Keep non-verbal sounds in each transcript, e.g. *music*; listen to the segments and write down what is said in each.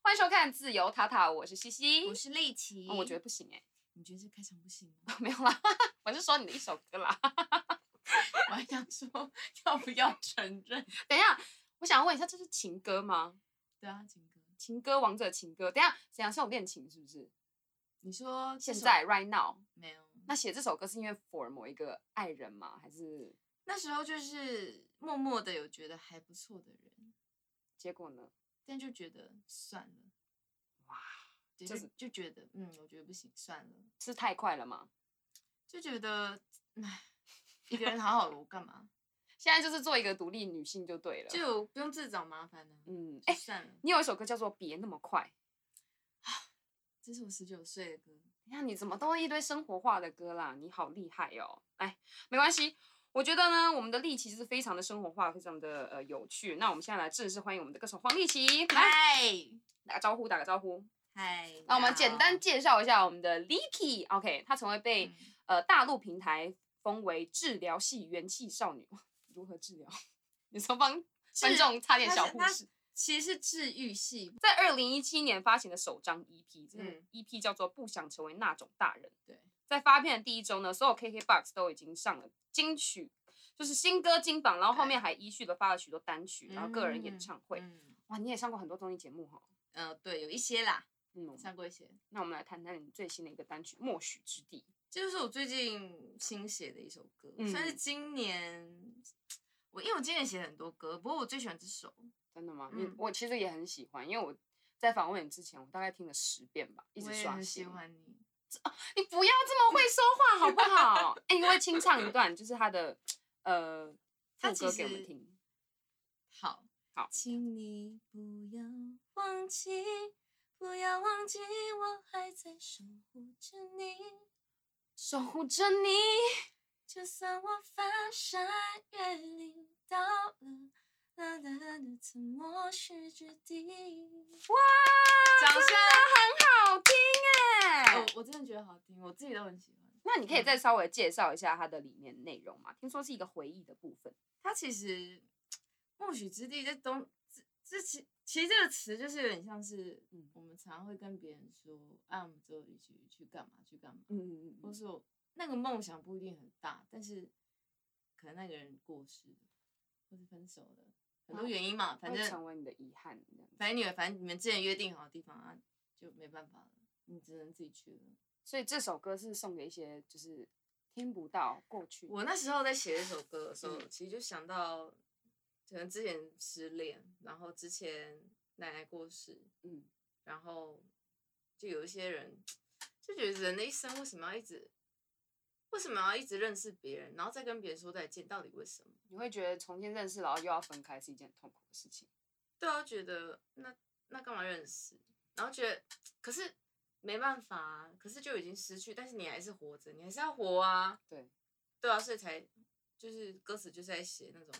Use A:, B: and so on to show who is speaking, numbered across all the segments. A: 欢迎收看自由塔塔，我是西西，
B: 我是丽琪、
A: 哦我觉得不行哎、
B: 你觉得这开场不行吗？ *laughs*
A: 欸， *laughs* 没有啦，我是说你的一首歌啦。 *laughs*
B: 我还想说要不要承认？ *laughs*
A: 等一下，我想问一下，这是情歌吗？
B: 对啊，情歌，
A: 情歌王者情歌，等一下怎样是有恋情是不是？
B: 你说这
A: 现
B: 首
A: 在 right now，
B: 没有？那
A: 那写这首歌是因为 for 某一个爱人吗？还是
B: 那时候就是默默的有觉得还不错的人，
A: 结果呢？
B: 但就觉得算了，
A: 哇，
B: 对
A: 就
B: 就是就觉得嗯，我觉得不行，算了，
A: 是太快了吗？
B: 就觉得唉，一个人好好的，我干嘛？
A: 现在就是做一个独立女性就 *laughs* 对了。啊
B: 就不用自己找麻烦呢、
A: 嗯，
B: 就
A: 哎、
B: 算了，
A: 你有一首歌叫做《别那么快》，
B: 这是我十九岁的
A: *laughs*
B: 歌，
A: 你看你怎么都一堆生活化的歌啦，你好厉害哦！哎，没关系，我觉得呢，我们的丽琪是非常的生活化，非常的呃有趣。那我们现在来正式欢迎我们的歌手黄丽琪，来
B: 嗨
A: 打个招呼，打个招呼。
B: 嗨，
A: 那我们简单
B: 好
A: 介绍一下我们的 Licky。OK，她曾为被、
B: 嗯
A: 呃大陆平台封为治疗系元气少女。 *laughs* 如何治疗？你说帮观
B: 治
A: 众擦点
B: 它
A: 小
B: 是
A: 故
B: 它
A: 事。
B: 其实是治愈系，
A: 在二零一七年发行的首张 EP，这个
B: 嗯
A: EP 叫做《不想成为那种大人》。
B: 对，
A: 在发片的第一周呢，所有 KKBOX 都已经上了金曲，就是新歌金榜，然后后面还依序的发了许多单曲，然后个人演唱会。
B: 嗯
A: 哇，你也上过很多综艺节目哈、
B: 呃，对，有一些啦，
A: 嗯，
B: 上过一些。
A: 那我们来谈谈你最新的一个单曲《默许之地》。
B: 这就是我最近新写的一首歌，算是
A: 嗯
B: 今年我，因为我今年写了很多歌，不过我最喜欢这首。
A: 真的吗？你
B: 嗯
A: 我其实也很喜欢，因为我在访问你之前，我大概听了十遍吧，一
B: 我
A: 直
B: 也
A: 刷
B: 很喜
A: 新。
B: 欢你，
A: 你不要这么会说话好不好？ *laughs* 哎、你会不会清唱一段，就是他的呃
B: 它
A: 副歌
B: 其
A: 给我们
B: 实
A: 听。
B: 好，
A: 好
B: 请你不要忘记，不要忘记，我还在守护着你。
A: 守护着你，
B: 就算我翻山越岭到了那那那那层漠视之地，
A: 哇，
B: 掌
A: 真的很好听哎、
B: 我我真的觉得好听，我自己都很喜欢。
A: 那你可以再稍微介绍一下它的里面内容吗？听说是一个回忆的部分，
B: 它其实“默许之地”这东这这其其实这个词就是有点像是，
A: 嗯
B: 我们常会跟别人说，啊，我们之后一起去干嘛去干嘛，
A: 嗯
B: 或是我那个梦想不一定很大，但是可能那个人过世了，或是分手了，很多
A: 啊
B: 原因嘛，反
A: 会
B: 正
A: 成为你的遗憾这样子。
B: 反正你们反正你们之前约定好的地方啊，就没办法了，你只能自己去了。
A: 所以这首歌是送给一些就是听不到过去，嗯
B: 我那时候在写这首歌的时候，其实就想到，可能之前失恋，然后之前奶奶过世，
A: 嗯，
B: 然后就有一些人就觉得人的一生为什么要一直，为什么要一直认识别人，然后再跟别人说再见，到底为什么？
A: 你会觉得重新认识，然后又要分开是一件很痛苦的事情。
B: 对啊，觉得那那干嘛认识？然后觉得可是没办法啊，可是就已经失去，但是你还是活着，你还是要活啊。
A: 对，
B: 对啊，所以才就是歌词就是在写那种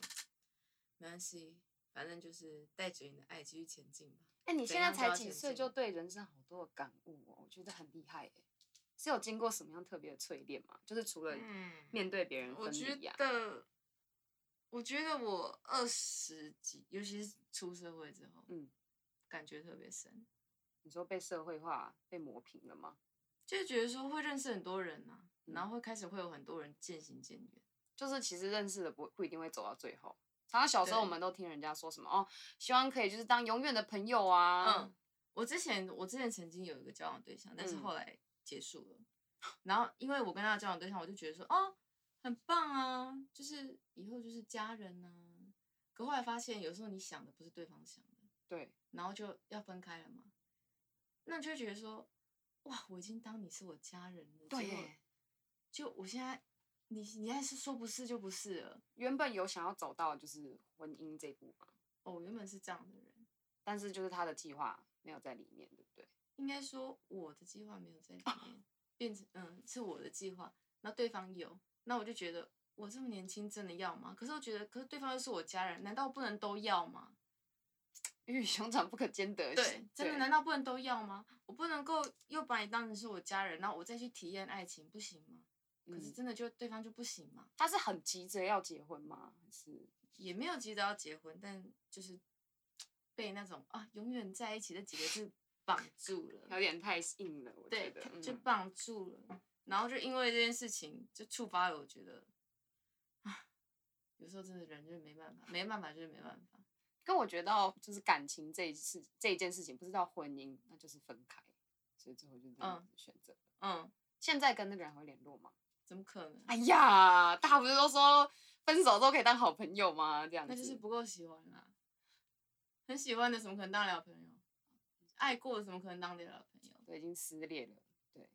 B: 没关系，反正就是带着你的爱继续前进吧。
A: 哎、你现
B: 怎
A: 在
B: 样就
A: 才
B: 要
A: 几
B: 前
A: 岁
B: 进
A: 就对人生好多的感悟哦，我觉得很厉害哎、是有经过什么样特别的淬炼吗？就是除了
B: 嗯
A: 面对别人
B: 我
A: 分
B: 觉
A: 离呀、啊
B: 得，我觉得我二十几，尤其是出社会之后，
A: 嗯，
B: 感觉特别深，
A: 你说被社会化、被磨平了吗？
B: 就觉得说会认识很多人呐、啊然
A: 嗯
B: 后会开始会有很多人渐行渐远。
A: 就是其实认识的不不一定会走到最后。常常小时候我
B: 对
A: 们都听人家说什么哦，希望可以就是当永远的朋友啊。
B: 嗯，我之前我之前曾经有一个交往对象，但是
A: 嗯
B: 后来结束了。然后因为我跟他的交往对象，我就觉得说哦，很棒啊，就是以后就是家人呐、可后来发现，有时候你想的不是对方想的，
A: 对，
B: 然后就要分开了嘛，那你就会觉得说，哇，我已经当你是我家人了，
A: 对
B: 结果
A: 耶
B: 就我现在，你你还是说不是就不是了。
A: 原本有想要走到就是婚姻这一步嘛，
B: 哦，我原本是这样的人，
A: 但是就是他的计划没有在里面，对不对？
B: 应该说我的计划没有在
A: *laughs*
B: 里面，变成嗯是我的计划，那对方有，那我就觉得我这么年轻真的要吗？可是我觉得，可是对方又是我家人，难道不能都要吗？
A: 鱼与 *laughs* 熊掌不可兼得。
B: 对，真的
A: 对
B: 难道不能都要吗？我不能够又把你当成是我家人，然后我再去体验爱情，不行吗？可是
A: 嗯
B: 真的就对方就不行吗？
A: 他是很急着要结婚吗？还是
B: 也没有急着要结婚，但就是被那种啊永远在一起这几个字绑住
A: 有
B: 了，
A: 点太硬了，我觉
B: 对
A: 得。，
B: 就
A: 嗯
B: 绑住了。然后就因为这件事情，就触发了我觉得，啊，有时候真的人就是没办法，没办法就是没办法。
A: 跟我觉得就是感情这一事这一件事情，不是到婚姻，那就是分开，所以最后就这样
B: 嗯
A: 子选择。
B: 嗯，
A: 现在跟那个人还会联络吗？
B: 怎么可能？
A: 哎呀，大家不是都说分手都可以当好朋友吗？这样子，
B: 那就是不够喜欢啦。很喜欢的怎么可能当得了朋友？爱过的怎么可能当得了朋友？
A: 都已经撕裂了。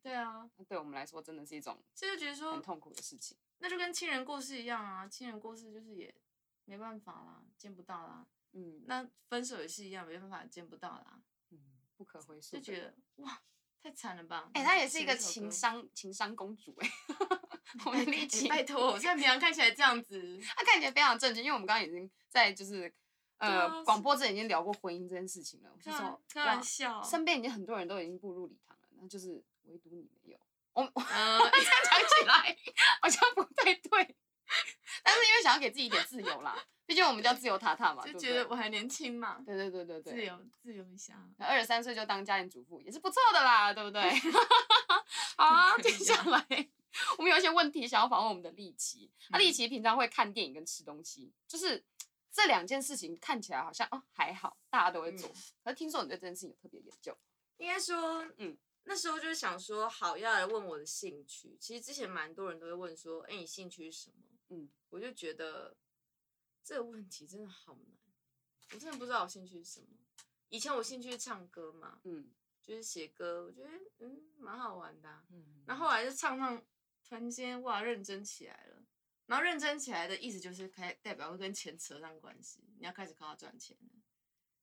B: 对啊，
A: 那对我们来说，真的是一种
B: 这就觉得说
A: 很，痛苦的事情。
B: 那就跟亲人过世一样啊，亲人过世就是也没办法啦，见不到啦。
A: 嗯，
B: 那分手也是一样，没办法见不到啦，
A: 嗯不可回溯
B: 就
A: 的。
B: 觉得哇，太惨了吧。
A: 哎、她也是一个
B: 写首
A: 情
B: 歌。
A: 商情商公主 *laughs* 哎、我
B: 哎
A: 们
B: 哎
A: 立起，
B: 拜托，我现在平常看起来这样 *laughs* 子，
A: *laughs* 她看起来非常震惊，因为我们刚刚已经在就是
B: 啊
A: 呃广
B: 是
A: 播之前已经聊过婚姻这件事情了。我就
B: 开玩
A: 说，
B: 开
A: 哇
B: 玩笑。
A: 身边已经很多人都已经步入礼堂了，那就是唯独你没有。 *laughs* 我我
B: *laughs* 嗯，
A: 这样讲起来好像不太对，但是因为想要给自己一点自由啦，毕竟我们叫自由塔塔嘛，对
B: 就
A: 不
B: 觉得
A: 对？
B: 我还年轻嘛，
A: 对对对对对，
B: 自由自由一下。
A: 二十三岁就当家庭主妇也是不错的啦，对不 *laughs* 对？好
B: *laughs*
A: 啊，接下来 *laughs* 我们有一些问题想要访问我们的丽琪。那、丽
B: 嗯
A: 琪平常会看电影跟吃东西，就是这两件事情看起来好像哦还好，大家都会做。
B: 嗯
A: 可是听说你对这件事情有特别研究，
B: 应该说，
A: 嗯
B: 嗯，那时候就是想说，好要来问我的兴趣。其实之前蛮多人都会问说，哎、你兴趣是什么？
A: 嗯
B: 嗯，我就觉得这个问题真的好难，我真的不知道我兴趣是什么。以前我兴趣是唱歌嘛，
A: 嗯
B: 就是写歌，我觉得嗯蛮好玩的啊、
A: 嗯
B: 然后后来就唱唱，突然间哇认真起来了。然后认真起来的意思就是开代表会跟钱扯上关系，你要开始靠它赚钱了。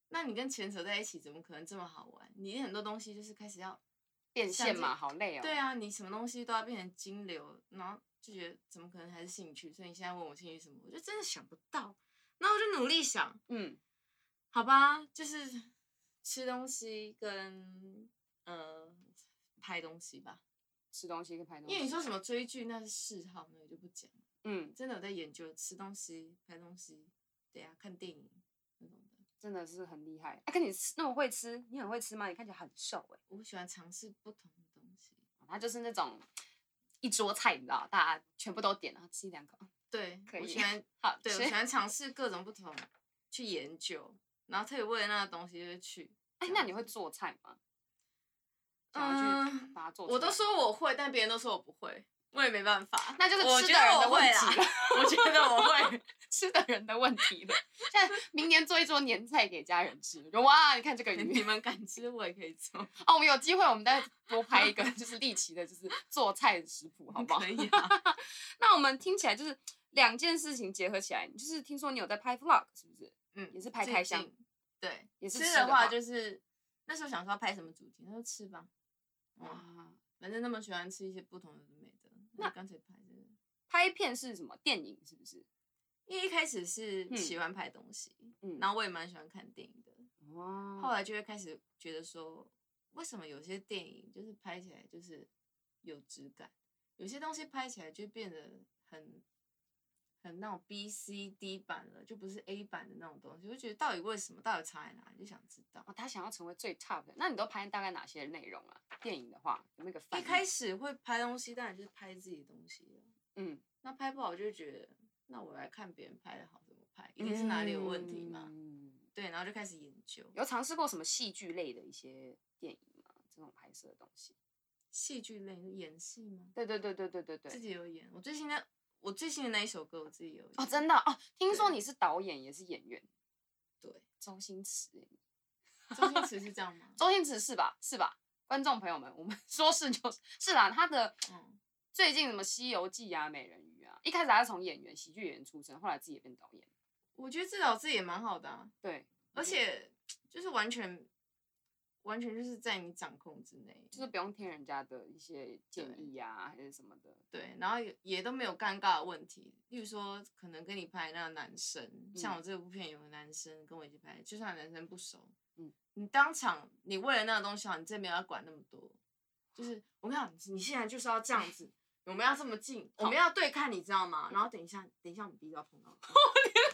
B: 那你跟钱扯在一起，怎么可能这么好玩？你很多东西就是开始要，
A: 变
B: 想
A: 现嘛，
B: 这
A: 好累哦。
B: 对，啊，你什么东西都要变成金流，然后就觉得怎么可能还是兴趣？所以你现在问我兴趣什么，我就真的想不到。那我就努力想，
A: 嗯
B: 好吧，就是吃东西跟呃拍东西吧。
A: 吃东西跟拍东西。
B: 因为你说什么追剧那是嗜好，那我就不讲。
A: 嗯，
B: 真的有在研究吃东西、拍东西，对啊，看电影那种的。
A: 真的是很厉害。哎、跟你吃那么会吃，你很会吃吗？你看起来很瘦哎、
B: 我喜欢尝试不同的东西。
A: 他就是那种一桌菜，你知道，大家全部都点，然后吃一两口，
B: 对
A: 可，
B: 我
A: 以
B: 喜欢，
A: 好
B: 对我
A: 吃
B: 喜。欢尝试各种不同，去研究，然后特别为了那个东西就是去。
A: 哎、
B: 这
A: 那
B: 样
A: 你
B: 子
A: 会做菜吗？想要去
B: 嗯
A: 把它做出来、
B: 我都说我会，但别人都说我不会，我也没办法。
A: 那就是
B: 我
A: 吃
B: 觉
A: 的
B: 得
A: 人
B: 我
A: 的问
B: 会
A: 题
B: 啦我觉得我
A: *laughs*
B: 会。
A: 吃的人的问题了。现在明年做一桌年菜给家人吃，就哇，你看这个
B: 你
A: *laughs* 鱼
B: 们敢吃，我也可以做，
A: 哦，我们有机会我们再多拍一个，就是丽奇的，就是做菜的食谱，好不好
B: 可？以啊。
A: 那我们听起来就是两件事情结合起来，就是听说你有在拍 vlog，是不是？*laughs*
B: 嗯，
A: 也是拍
B: 最
A: 开箱
B: 近，对，
A: 也是
B: 吃
A: 的
B: 的话就是那时候想说要拍什么主题，那就吃吧。嗯，
A: 啊，
B: 反正那么喜欢吃一些不同的美的，那
A: 那
B: 就干脆拍这个。
A: 拍片是什么？电影是不是？
B: 因为一开始是
A: 嗯
B: 喜欢拍东西，
A: 嗯，
B: 然后我也蛮喜欢看电影的，后
A: 哦，
B: 来就会开始觉得说，为什么有些电影就是拍起来就是有质感，有些东西拍起来就变得很很那种 B C D 版了，就不是 A 版的那种东西，我就觉得到底为什么，到底差在哪里，就想知道。
A: 哦，他想要成为最 top 的，那你都拍大概哪些内容啊？电影的话，有没有一个
B: 一
A: 范例
B: 开始会拍东西，当然就是拍自己的东西了
A: 嗯，
B: 那拍不好就会觉得，那我来看别人拍的好怎么拍，一定是哪里有问题嘛。
A: 嗯
B: 对，然后就开始研究
A: 有尝试过什么戏剧类的一些电影吗？这种拍摄的东西？
B: 戏剧类演戏吗？
A: 对对对对对对对
B: 自。己有演。我最新的我最新的那一首歌，我自己有演。
A: 哦，真的哦，听说
B: 对
A: 你是导演也是演员，
B: 对，
A: 周星驰耶，？
B: 周星驰是这样吗
A: 周星驰是吧？是吧？观众朋友们，我们 *laughs* 说是就是，是啦，他的
B: 嗯，
A: 最近什么《西游记》啊、《美人鱼》啊，一开始他是从演员、喜剧演员出身，后来自己也变导演。
B: 我觉得至少自己也蛮好的、啊，
A: 对，
B: 而且就是完全完全就是在你掌控之内，
A: 就是不用听人家的一些建
B: 对
A: 议啊，还是什么的。 *laughs*
B: 对，然后也也都没有尴尬的问题。例如说，可能跟你拍那个男生，像我这部片有个男生跟我一起拍，就算男生不熟，
A: 嗯
B: 嗯，你当场你为了那个东西好，你真的没有要管那么多，就是我跟你讲，你现在就是要这样子，我们要这么近，我们要对看，你知道吗？然后等一下，等一下我们鼻子要碰到。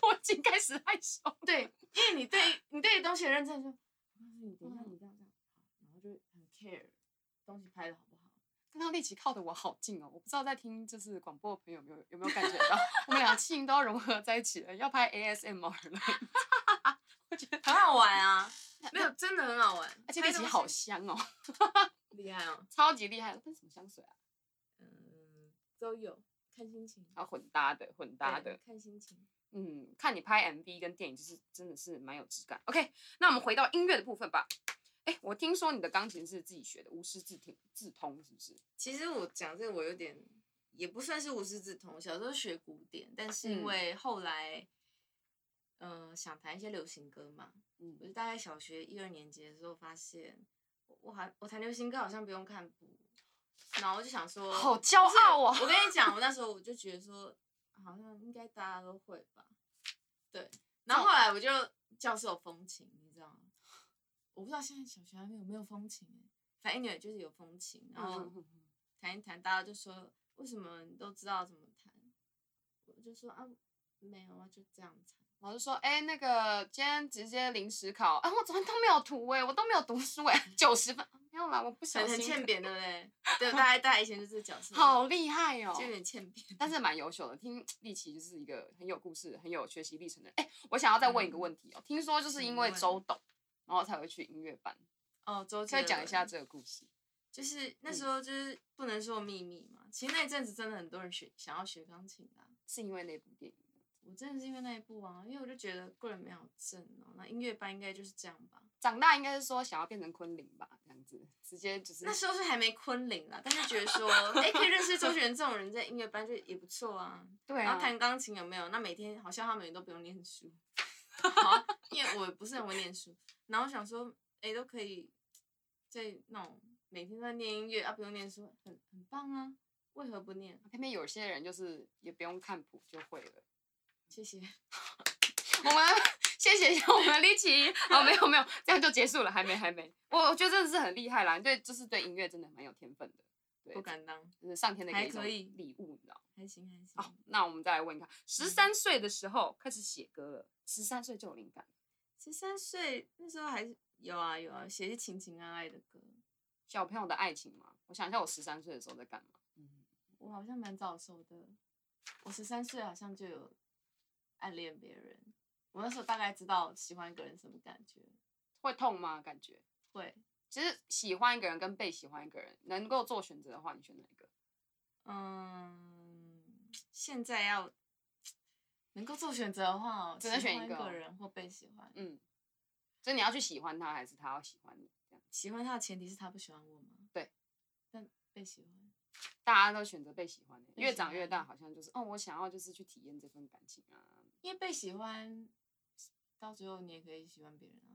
A: 我已经开始害羞。
B: 对，因为你对 *laughs* 你对东西的认真就，嗯我告诉你，等一下你这样这样，好，然后就很 care 东西拍的好不好。
A: 跟他力气靠得我好近哦，我不知道在听就是广播的朋友有没有有没有感觉到，我们俩气音都要融合在一起了，要拍 ASMR 了。我觉得，
B: 很好玩啊， *laughs* 没有，真的很好玩，
A: 而且力
B: 拍
A: 气
B: 东
A: 好
B: 西
A: 香哦， *laughs*
B: 厉害哦。
A: 超级厉害的。这是什么香水啊？
B: 嗯，都有，看心情，
A: 然后啊混搭的，混搭
B: 对
A: 的。
B: 看心情。
A: 嗯，看你拍 MV 跟电影，就是真的是蛮有质感。OK，那我们回到音乐的部分吧。哎，我听说你的钢琴是自己学的，无师自听自通，是不是？
B: 其实我讲这个，我有点也不算是无师自通，小时候学古典，但是
A: 嗯
B: 因为后来，嗯、呃，想弹一些流行歌嘛，
A: 嗯
B: 我就大概小学一二年级的时候发现，我我还我弹流行歌好像不用看谱，然后我就想说，
A: 好骄傲哦
B: 不是我跟你讲，我那时候我就觉得说，好像应该大家都会吧，对。然后后来我就教室有风琴，你知道吗？我不知道现在小学还没有没有风琴欸，反正也就是有风琴，然后
A: 嗯，
B: 弹一弹，大家就说为什么你都知道怎么弹？我就说啊，没有啊，就这样弹。
A: 老师说，哎，那个今天直接临时考， *laughs* 啊，我昨天都没有涂哎，我都没有读书哎，九十分、啊 *laughs* 没有啦，我不小
B: 很很
A: 心
B: 欠。扁，对不对？对，大概大概以前就是角
A: *laughs*
B: 色，
A: 好厉害哦！
B: 就有点欠扁。
A: 但是蛮优秀的。听丽奇就是一个很有故事、很有学习历程的人。哎，我想要再问一个问题哦，听说就是因
B: 嗯请
A: 为
B: 问
A: 周董，然后才会去音乐班，
B: 哦，周
A: 可
B: 杰
A: 以讲一
B: 伦
A: 下，这个故事。
B: 就是那
A: 嗯
B: 时候就是不能说秘密嘛。其实那一阵子真的很多人学想要学钢琴啦。
A: 是因为那部电影
B: 我真的是因为那一部啊，因为我就觉得贵人美好正哦，那音乐班应该就是这样吧。
A: 长大应该是说想要变成昆凌吧，这样子直接就是
B: 那时候是还没昆凌啦，但是觉得说，哎、可以认识周杰伦这种人，在音乐班就也不错啊。
A: *laughs* 对
B: 然
A: 啊
B: 后，弹钢琴有没有？那每天好像他们也都不用念书，好啊因为我不是很会念书。然后我想说，哎、都可以在那种每天都在念音乐啊，不用念书，很很棒啊。为何不念？
A: 偏偏有些人就是也不用看谱就会了。
B: 谢谢。
A: *laughs* 我们谢谢一下我们的丽奇哦，没有没有，这样就结束了，还没还没。我我觉得真的是很厉害啦，你对，就是对音乐真的蛮有天分的。对，
B: 不敢当，
A: 就是上天的
B: 还
A: 给一种
B: 可以哦
A: 礼物，你知道吗。
B: 还行还行。
A: 好，那我们再来问一下，
B: 嗯
A: 十三岁的时候开始写歌了，十三岁就有灵感，
B: 十三岁那时候还是有啊有啊，写一些情情爱爱的歌。
A: 小朋友的爱情嘛。我想一下，我十三岁的时候在干嘛？嗯，
B: 我好像蛮早熟的，我十三岁好像就有暗恋别人。我那时候大概知道喜欢一个人什么感觉，
A: 会痛吗？感觉
B: 会
A: 其实喜欢一个人跟被喜欢一个人，能够做选择的话，你选哪一个？
B: 嗯，现在要能够做选择的话哦，
A: 只能
B: 喜
A: 选
B: 欢
A: 一
B: 一
A: 个哦
B: 个人或被喜欢。
A: 嗯，所以你要去喜欢他，还是他要喜欢你？这样
B: 喜欢他的前提是他不喜欢我吗？
A: 对，
B: 但被喜欢，
A: 大家都选择被喜欢的，
B: 被
A: 越
B: 喜
A: 长越大，
B: 欢
A: 好像就是哦，我想要就是去体验这份感情啊。
B: 因为被喜欢到最后你也可以喜欢别人啊。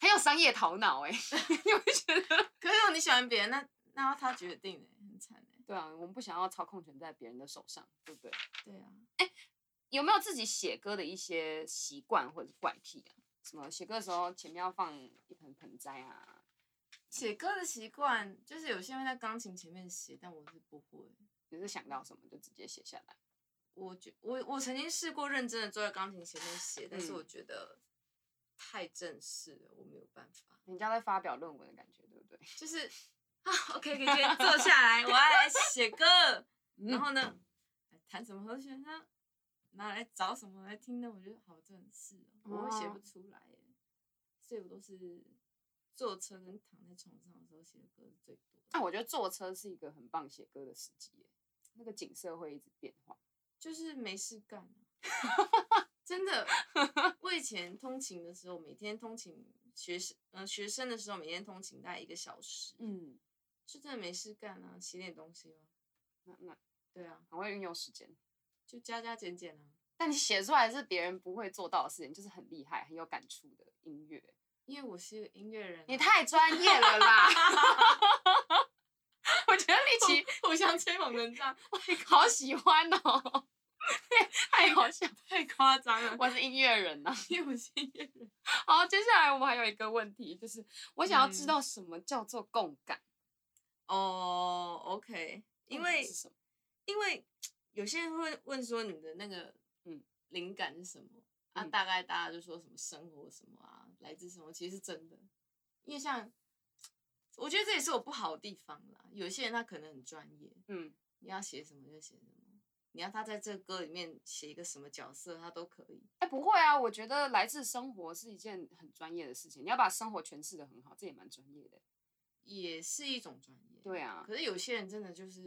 A: 很有商业头脑哎、 *laughs* 你会觉得？
B: 可是如果你喜欢别人，那那要他决定的、很惨欸的、
A: 对啊，我们不想要操控权在别人的手上，对不对？
B: 对啊，
A: 有没有自己写歌的一些习惯或者是怪癖啊？什么写歌的时候前面要放一盆盆栽啊？
B: 写歌的习惯就是有些人会在钢琴前面写，但我是不会。
A: 你是想到什么就直接写下来？
B: 我觉我我曾经试过认真的坐在钢琴前面写，但是
A: 嗯
B: 我觉得太正式了，我没有办法。
A: 人家在发表论文的感觉，对不对？ *laughs*
B: 就是啊，OK，可以今天坐下来，我要来写歌，然后呢，弹什么和弦呢？然后来找什么来听呢？我觉得好正式哦，我会写
A: 哦
B: 不出来耶，所以我都是坐车跟躺在床上的时候写的歌是最多的。
A: 那我觉得坐车是一个很棒写歌的时机耶，那个景色会一直变化。
B: 就是没事干啊、真的。我以前通勤的时候，每天通勤学生，呃，学生的时候每天通勤大概一个小时，，
A: 嗯，
B: 就真的没事干啊，写点东西啊，
A: 那那
B: 对啊，
A: 很会运用时间，
B: 就加加减减啊，
A: 但你写出来是别人不会做到的事情，就是很厉害、很有感触的音乐。
B: 因为我是一个音乐人、啊，
A: 你太专业了啦！ *laughs* 我觉得丽奇
B: *laughs* 互互相吹捧人家，
A: 好喜欢哦， *laughs* 太好笑了。
B: 太夸张啊了，
A: 我是音乐人呐、
B: 因为我是音乐人，
A: *laughs* 好，接下来我们还有一个问题，就是我想要知
B: 嗯
A: 道什么叫做共感。
B: 哦、o k 因
A: 动力
B: 为
A: 是什么？
B: 因为有些人会问说你的那个
A: 嗯
B: 灵感是什么、啊？
A: 嗯
B: 大概大家就说什么生活什么啊，来自什么，其实是真的。因为像我觉得这也是我不好的地方啦。有些人他可能很专业，
A: 嗯，
B: 你要写什么就写什么，你要他在这歌里面写一个什么角色，他都可以。
A: 哎，不会啊，我觉得来自生活是一件很专业的事情，你要把生活诠释的很好，这也蛮专业的。
B: 也是一种专业。
A: 对啊
B: 可是有些人真的就是，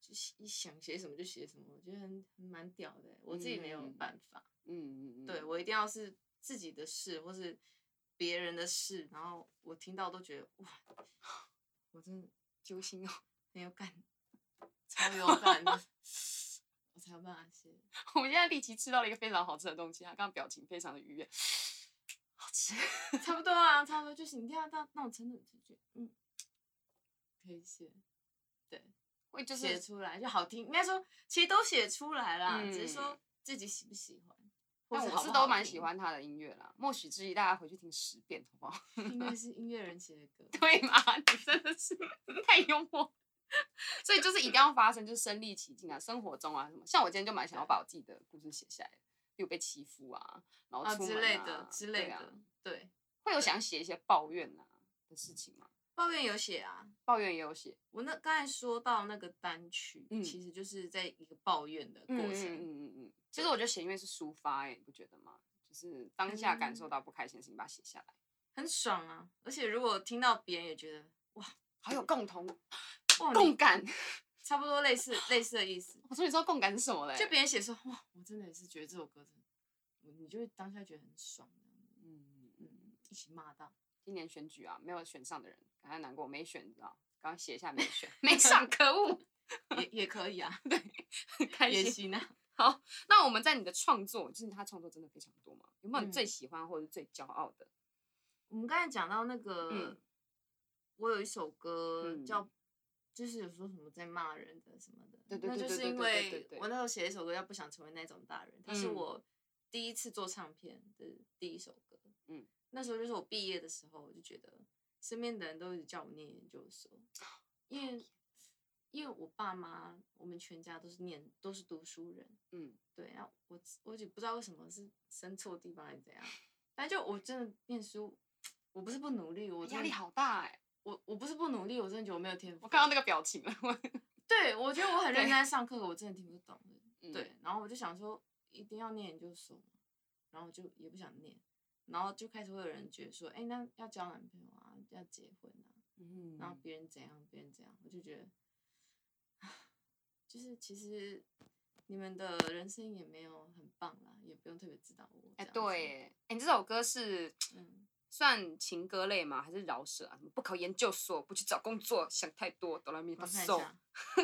B: 就是一想写什么就写什么，我觉得很蛮屌的欸。我自己没有
A: 嗯
B: 办法，
A: 嗯嗯嗯，
B: 对我一定要是自己的事或是别人的事，然后我听到都觉得哇，我真的
A: 揪心哦，
B: 很有感，超有感
A: *laughs*
B: 的，我才有办法写。
A: 我们现在立奇吃到了一个非常好吃的东西，他刚刚表情非常的愉悦，好吃。
B: 差不多啊，差不多就是你一定要到那种程度，就觉得嗯，可以写。
A: 会就
B: 写
A: 是
B: 出来就好听，应该说其实都写出来啦，只
A: 嗯
B: 是说自己喜不喜欢。或
A: 但
B: 是
A: 我
B: 好
A: 是
B: 不
A: 都
B: 好
A: 蛮
B: 听
A: 喜，欢他的音乐啦，莫许之意，大家回去听十遍好不好？，
B: 音乐是音乐人写的歌
A: *laughs* 对嘛？你真的是太幽默，所以就是一定要发生，就是身临其境啊，生活中啊什么。像我今天就蛮想要把我自己的故事写下来，比如被欺负啊，然后
B: 啊
A: 出门
B: 之类的之
A: 对
B: 类
A: 啊
B: 的，对，
A: 会有想写一些抱怨啊的事情吗？
B: 抱怨有写啊。
A: 抱怨也有写
B: 我那刚才说到那个单曲，
A: 嗯
B: 其实就是在一个抱怨的过
A: 过程，嗯
B: 程，
A: 嗯嗯。其实我觉得写音乐是抒发、欸，你不觉得吗？就是当下感
B: 嗯
A: 受到不开心的事情，把它写下来，
B: 很爽啊。而且如果听到别人也觉得哇
A: 好有共同
B: 哇，你
A: 共感。
B: 差不多类似类似的意思，
A: 我终于知道共感是什么嘞，
B: 就别人写说哇，我真的也是觉得这首歌真的，我你就会当下觉得很爽，
A: 嗯嗯嗯
B: 嗯，一起骂到。
A: 今年选举啊，没有选上的人，感到难过，没选，你知道？刚刚写一下没选，没 *laughs* 上，可恶，
B: 也也可以啊，
A: 很 *laughs* 开
B: 也
A: 心。
B: 行啊。
A: 好，那我们在你的创作，就是他创作真的非常多嘛，有没有你
B: 嗯
A: 最喜欢或者是最骄傲的？
B: 我们刚才讲到那个，
A: 嗯
B: 我有一首歌
A: 嗯
B: 叫，就是有说什么在骂人的什么的，
A: 对对对
B: 那
A: 对
B: 就是
A: 对
B: 因
A: 对对对
B: 为
A: 对
B: 我那时候写了一首歌叫《不想成为那种大人》，它是
A: 嗯
B: 我第一次做唱片的第一首歌。
A: 嗯，
B: 那时候就是我毕业的时候，我就觉得身边的人都一直叫我念研究
A: 哦
B: 所，因为因为我爸妈，我们全家都是念都是读书人，
A: 嗯，
B: 对啊，我我也不知道为什么是生错地方还是怎样，但就我真的念书，我不是不努力，我
A: 压
B: 真
A: 力
B: 的，
A: 好大哎、
B: 我我不是不努力，我真的觉得我没有天赋。
A: 我看到那个表情了，我
B: 对我觉得我很认
A: 对
B: 真在上课，我真的听不懂的。
A: 嗯
B: 对，然后我就想说一定要念研究所嘛，然后就也不想念，然后就开始会有人觉得说，哎、那要交男朋友啊，要结婚啊，
A: 嗯
B: 然后别人怎样，别人怎样，我就觉得，就是其实你们的人生也没有很棒啦，也不用特别指导我。
A: 哎、
B: 这样子
A: 对，耶，哎、你这首歌是
B: 嗯，
A: 算情歌类吗？还是饶舌啊？什么不考研究所，不去找工作，想太多，哆来咪
B: 我
A: 发
B: 看一
A: 嗦， *laughs*
B: 下。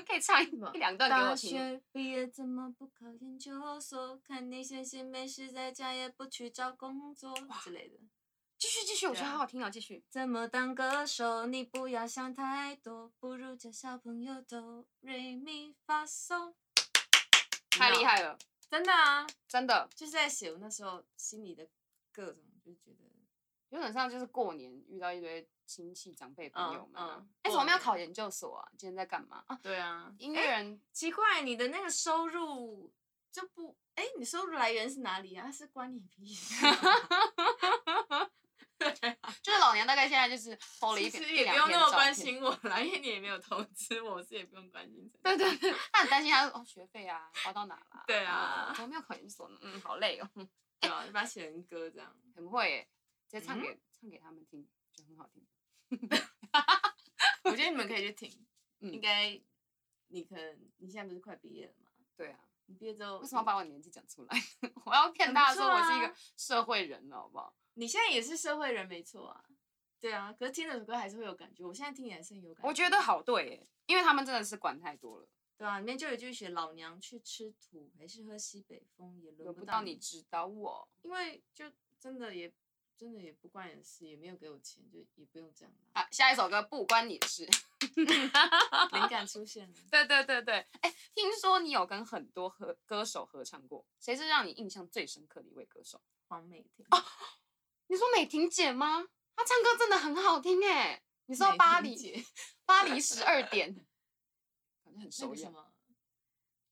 A: 可以唱一
B: 什么
A: 一两段给
B: 大
A: 我听。
B: 学毕业怎么不考研究所？看你闲闲没事在家也不去找工作之类的。
A: 继续继续，我觉得
B: 对啊
A: 好好听啊，继续。
B: 怎么当歌手？你不要想太多，不如教小朋友都瑞咪发嗦。
A: 太厉！害了，
B: 真的啊，
A: 真的。
B: 就是在写我那时候心里的各种，就觉得
A: 有点像就是过年遇到一堆亲戚长辈朋
B: 嗯
A: 友们啊、
B: 嗯
A: 哎、怎么没有
B: 过年
A: 考研究所啊？今天在干嘛啊？
B: 对啊，
A: 音乐人
B: 奇怪，你的那个收入就不哎、你收入来源是哪里啊？是关你屁事啊。 *laughs*
A: 就是老娘大概现在就是投了一
B: 其
A: 篇
B: 实
A: 一
B: 也不
A: 两
B: 用
A: 篇
B: 那么
A: 照
B: 关
A: 片。
B: 心我啦，因为你也没有投资我，我是也不用关心这
A: 对
B: 个。
A: 对对，他很担心他说哦学费啊花到哪了、
B: 对
A: 哦
B: 啊
A: 怎么没有考研究所呢？嗯，好累哦，
B: 对啊，就把它写成歌这样。
A: 很会耶，直
B: 嗯
A: 接唱给、唱给他们听，就很好听。
B: 我觉得你们可以 *laughs* 去听，
A: 嗯
B: 应该你可能你现在不是快毕业了嘛？
A: 对啊，
B: 你毕业之后
A: 为什么要把我年纪讲出来？ *laughs* 我要骗大家说我是一
B: 哦很
A: 个
B: 不啊
A: 社会人了，好不好？
B: 你现在也是社会人没错啊。对啊，可是听那首歌还是会有感觉，我现在听也还是很有感
A: 我觉得好对耶，因为他们真的是管太多了，
B: 对啊，里面就有一句写老娘去吃土，还是喝西北风，也
A: 轮
B: 轮
A: 不
B: 不
A: 到
B: 到
A: 你
B: 你，
A: 指导我。
B: 因为就真的也真的也不关你的事，也没有给我钱，就也不用这样
A: *laughs*
B: 啦。
A: 啊，下一首歌不关你的事。 *laughs*
B: 灵感出现了。
A: 对对对对，哎，听说你有跟很多合歌手合唱过，谁是让你印象最深刻的一位歌手？
B: 黄美婷
A: 哦你说美婷姐吗？她唱
B: *laughs*
A: 歌真的很好听哎。你
B: 你
A: 说巴黎
B: 姐，
A: *laughs* 巴黎十二点，反正很
B: 那
A: 熟
B: 个
A: 一
B: 什
A: 样。
B: 么，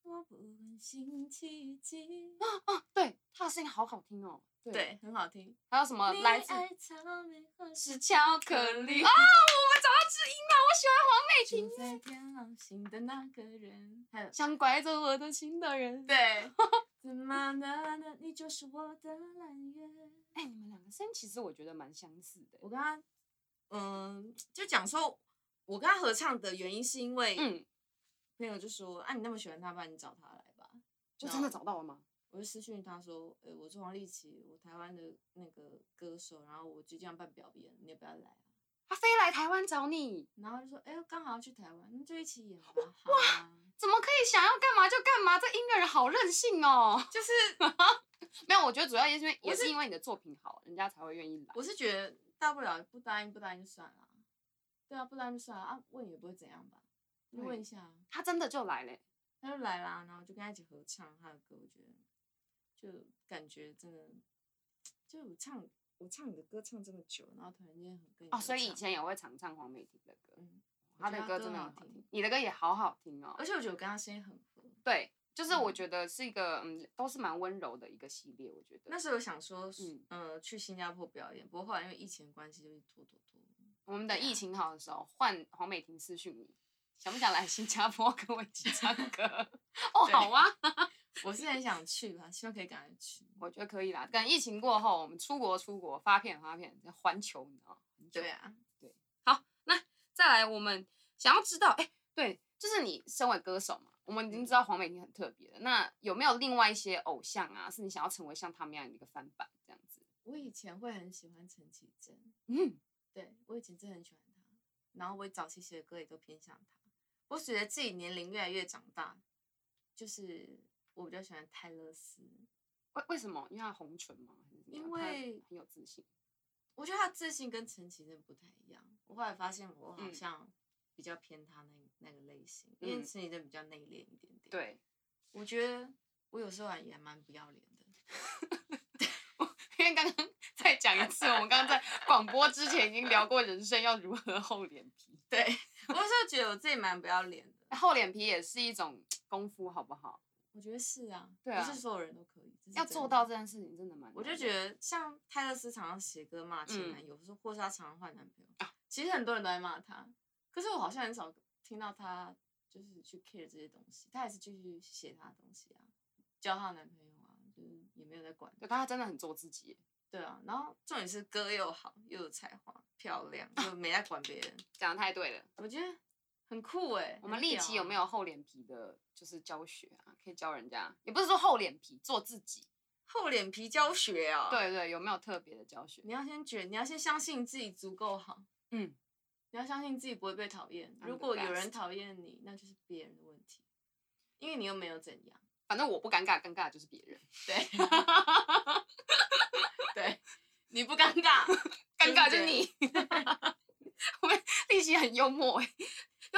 B: 我不问星
A: *laughs*
B: 期几，
A: 啊，对，他的声音好好听哦。，
B: 对，很好听。
A: 还有什么呃来自
B: 爱草莓和
A: 是
B: 是
A: 巧克力啊？ *laughs* 我们找到知音了，我喜欢黄美
B: 住
A: 婷。
B: 在天狼星的那个人，还有
A: 想拐走我的心的人。，
B: 对， *laughs* 怎么的呢？你就是我的蓝月。
A: 哎，你们两个声音其实我觉得蛮相似的。
B: 我跟他，嗯，就讲说，我跟他合唱的原因是因为，
A: 嗯，
B: 朋友就说，啊，你那么喜欢他，不然你找他来吧。
A: 就
B: 然
A: 真的
B: 后
A: 找到了吗？
B: 我就私讯他说，呃、我是黄立琪，我台湾的那个歌手，然后我就这样办表演，你要不要来啊？
A: 他飞来台湾找你，
B: 然后他就说，哎、刚好要去台湾，那就一起演吧。好啊，
A: 怎么可以想要干嘛就干嘛？这音乐人好任性哦。 *laughs*
B: 就是
A: 没有，我觉得主要也是因为
B: 我
A: 也
B: 是
A: 是因为你的作品好，人家才会愿意来。
B: 我是觉得大不了不答应，不答应就算了啊。对啊，不答应就算了啊，问也不会怎样吧？就问
A: 对
B: 一下啊。
A: 他真的就来嘞。
B: 他就来啦，然后就跟他一起合唱他的歌，我觉得就感觉真的，就我唱我唱你的歌唱这么久，然后突然间很跟你
A: 哦，
B: 合
A: 所以以
B: 唱，
A: 前也会常唱黄美婷的歌，
B: 嗯，我
A: 她
B: 觉
A: 的
B: 得
A: 歌真的
B: 好
A: 很好听，，你的歌也好好听哦
B: 而。且我觉得我跟他声音很合。
A: 对，就是我
B: 嗯
A: 觉得是一个嗯，都是蛮温柔的一个系列，我觉得。
B: 那时候我想说，
A: 嗯
B: 嗯，呃，去新加坡表演，不过后来因为疫情的关系，就是拖拖拖。
A: 我们等
B: 啊
A: 疫情好的时候，换黄美婷私讯你，想不想来新加坡 *laughs* 跟我一起唱歌？哦，
B: 对
A: 好啊，
B: 我是很想去啦，希望可以赶快去。
A: 我觉得可以啦。等疫情过后，我们出国出国发片发片，环球你知道吗？环球
B: 对啊，
A: 好，那再来，我们想要知道，哎、对，就是你身为歌手嘛，我们已经知道黄美婷很特别了。那有没有另外一些偶像啊，是你想要成为像他们一样的一个翻版这样子？
B: 我以前会很喜欢陈绮贞，
A: 嗯，
B: 对我以前真的很喜欢他，然后我早期写的歌也都偏向他。我随着自己年龄越来越长大，就是我比较喜欢泰勒斯，
A: 为为什么？因为她红唇嘛，还是怎么样她
B: 因为
A: 很有自信。
B: 我觉得他的自信跟陈绮贞不太一样。我后来发现我好
A: 嗯
B: 像比较偏他那那个类型，因为
A: 嗯
B: 陈绮贞比较内敛一点点。，
A: 对，
B: 我觉得我有时候还也蛮不要脸的。
A: 因为刚刚 *laughs* 再讲一次，我们刚刚在广播之前已经聊过人生要如何厚脸皮，
B: 对， *laughs* 我有时候觉得我自己蛮不要脸的。
A: 厚脸皮也是一种功夫，好不好？
B: 我觉得是啊，
A: 对
B: 不
A: 啊
B: 是所有人都可以，这是
A: 要
B: 真
A: 做
B: 的
A: 到这件事情真的蛮难的，
B: 我就觉得像泰勒斯常常写歌骂前
A: 嗯
B: 男友，说、或是他常常换男朋友，
A: 啊
B: 其实很多人都在骂他，可是我好像很少听到他就是去 care 这些东西，他还是继续写他的东西啊，交他的男朋友啊，就是也没有在管。
A: 对，但他真的很做自己，
B: 对啊，然后重点是歌又好，又有才华，漂亮，又没在管别人，
A: 讲的太对了。
B: 我觉得很酷哎、
A: 我们
B: 很
A: 立
B: 屌
A: 奇有
B: 啊
A: 没有厚脸皮的，就是教学啊，可以教人家，也不是说厚脸皮，做自己。
B: 厚脸皮教学啊？，
A: 对对，有没有特别的教学？
B: 你要先觉，你要先相信自己足够好。
A: 嗯，
B: 你要相信自己不会被讨厌。
A: I'm
B: 如
A: the
B: 果有
A: best
B: 人讨厌你，那就是别人的问题，因为你又没有怎样。
A: 反正我不尴尬，尴尬的就是别人，
B: 对， *laughs* 对，你不尴尬，
A: 尴尬就
B: 就是是别
A: 你。 *laughs* 我们立奇很幽默哎、欸，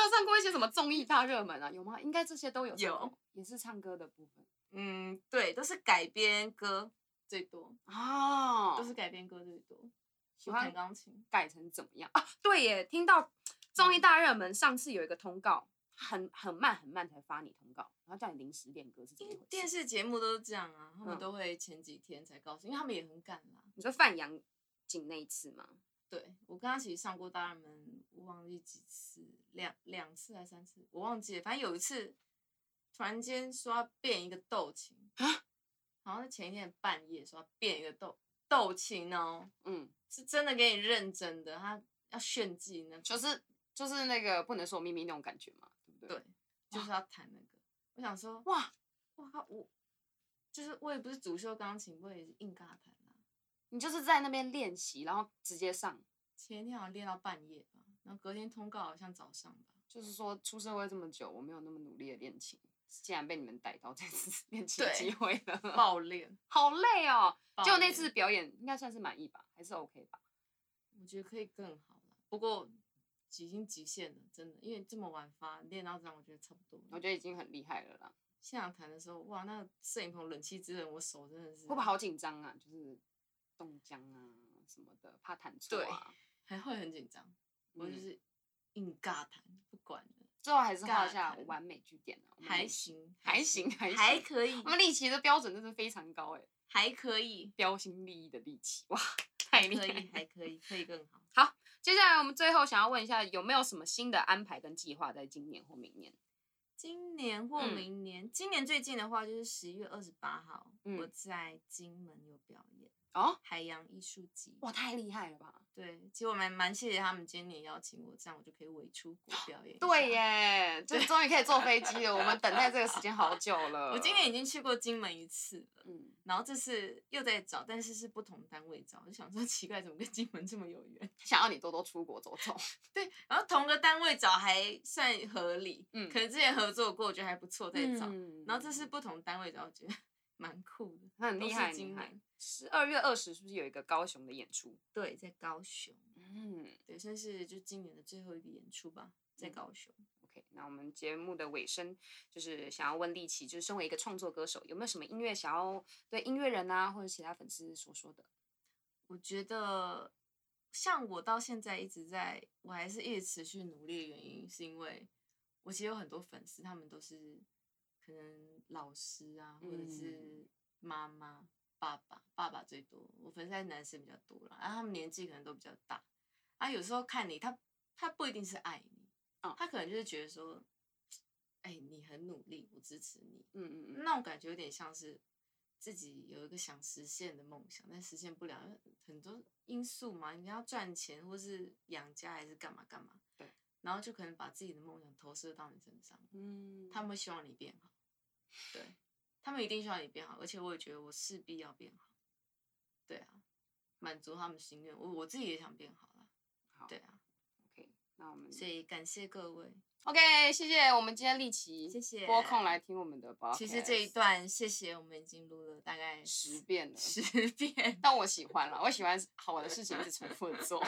A: 有上过一些什么综艺大热门啊？有吗？应该这些都有上
B: 有
A: 过，也是唱歌的部分
B: *laughs* 嗯，对，都是改编歌 *laughs* 最多，
A: 哦。
B: 都是改编歌最多。
A: 喜
B: 我
A: 欢
B: 弹钢琴，
A: 改成怎么样啊？对耶，听到综艺大热门上次有一个通告，很很慢很慢才发你通告，然后叫你临时练歌是怎
B: 因
A: 么
B: 为
A: 一回
B: 电
A: 事？
B: 视节目都是这样啊，他
A: 嗯
B: 们都会前几天才告诉，因为他们也很赶啦。
A: 你说范阳景那一次吗？
B: 对我跟他其实上过大热门，我忘记几次，两两次还是三次，我忘记了。反正有一次，突然间说要变一个斗琴
A: 啊，
B: 好像是前一天的半夜说要变一个斗斗琴哦，
A: 嗯，
B: 是真的给你认真的，他要炫技那种，
A: 就是就是那个不能说秘密那种感觉嘛，对不对？
B: 对，就是要弹那个。我想说，
A: 哇，
B: 我靠，我就是我也不是主修钢琴，我也是硬尬弹啊。
A: 你就是在那边练习，然后直接上，
B: 前一天好像练到半夜吧，然后隔天通告好像早上吧。
A: *laughs* 就是说出社会这么久，我没有那么努力的练琴，竟然被你们逮到这 *laughs* 次练琴
B: 对
A: 机会了， *laughs*
B: 爆练，
A: 好累哦。
B: 爆
A: 就那
B: 练
A: 次表演应该算是满意吧，还是 OK 吧？
B: 我觉得可以更好了，不过已经极限了，真的，因为这么晚发练到这样，我觉得差不多
A: 我
B: 了。
A: 觉得已经很厉害了啦。
B: 现场弹的时候，哇，那摄影棚冷气之冷，我手真的是
A: 会不会好紧张啊？就是冻僵啊什么的，怕弹错
B: 对
A: 啊。
B: 还会很紧张，我就
A: 嗯
B: 是硬尬弹，不管了。
A: 最后还是画
B: 尬
A: 下
B: 谈
A: 完美句点了、我们
B: 还
A: 力气，
B: 行，
A: 嗯还行，还行，嗯
B: 还可以
A: 我，们力奇的标准真的非常高哎、
B: 还可以，
A: 标新立异的力气，哇，太
B: 还
A: 厉
B: 可
A: 害
B: 以，
A: 了！
B: 还可以，可以更
A: *laughs*
B: 好。
A: 接下来我们最后想要问一下，有没有什么新的安排跟计划在今年或明年？
B: 今年或
A: 嗯
B: 明年，今年最近的话就是十一月二十八号，我
A: 嗯
B: 在金门有表演
A: 哦，
B: 海洋艺术节。
A: 哇，太厉害了吧！
B: 对，其实我蛮蛮谢谢他们今年邀请我，这样我就可以伪出国表演。
A: 哦对，耶， *laughs* 就是终于可以坐飞机了，我们等待这个时间好久了。
B: 我今年已经去过金门一次了，
A: 嗯，
B: 然后这次又在找，但是是不同单位找，我就想说 *laughs* 奇怪，怎么跟金门这么有缘？ *laughs*
A: 想要你多多出国走 *laughs* 走。
B: 对，然后同个单位找还算合理，
A: 嗯
B: 可能之前合作过，我觉得还不错，再找。
A: 嗯
B: 然后这次不同单位找，我觉得 *laughs* 蛮酷的，
A: 那很
B: 都
A: 厉
B: 是
A: 害，很厉
B: 金
A: 害
B: 门。。
A: 十二月二十是不是有一个高雄的演出？
B: 对，在高雄，
A: 嗯
B: 对，算是就今年的最后一个演出吧，在
A: 嗯
B: 高雄。
A: ，OK。那我们节目的尾声，就是想要问丽琪，就是身为一个创作歌手，有没有什么音乐想要对音乐人啊，或者其他粉丝所说的？
B: 我觉得，像我到现在一直在，我还是一直持续努力的原因，是因为我其实有很多粉丝，他们都是可能老师啊，或者
A: 嗯
B: 是妈妈、爸爸，爸爸最多。我粉丝还是男生比较多啦，然后他们年纪可能都比较大，啊，有时候看你，他他不一定是爱你，
A: 哦
B: 他可能就是觉得说，哎、你很努力，我支持你，
A: 嗯嗯嗯。
B: 那种感觉有点像是自己有一个想实现的梦想，但实现不了，因为很多因素嘛，你要赚钱或是养家还是干嘛干嘛，
A: 对，
B: 然后就可能把自己的梦想投射到你身上，
A: 嗯，
B: 他们会希望你变好，对，他们一定希望你变好，而且我也觉得我势必要变好，对啊，满足他们心愿，我我自己也想变好啦，
A: 好
B: 对啊，
A: OK，那我们
B: 所以感谢各位，
A: OK，谢谢我们今天丽琪，
B: 谢谢
A: 拨空来听我们的 podcast。
B: 其实这一段谢谢，我们已经录了大概
A: 十遍了，
B: 十 *laughs* 遍。
A: 但我喜欢了，我喜欢好玩的事情一直重复的
B: *laughs*
A: 做。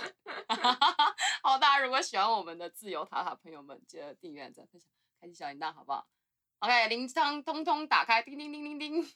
A: 好，大家如果喜欢我们的自由塔塔朋友们，记得订阅、按赞、分享、开启小铃铛，好不好？OK，铃铛通通打开，叮叮叮叮叮。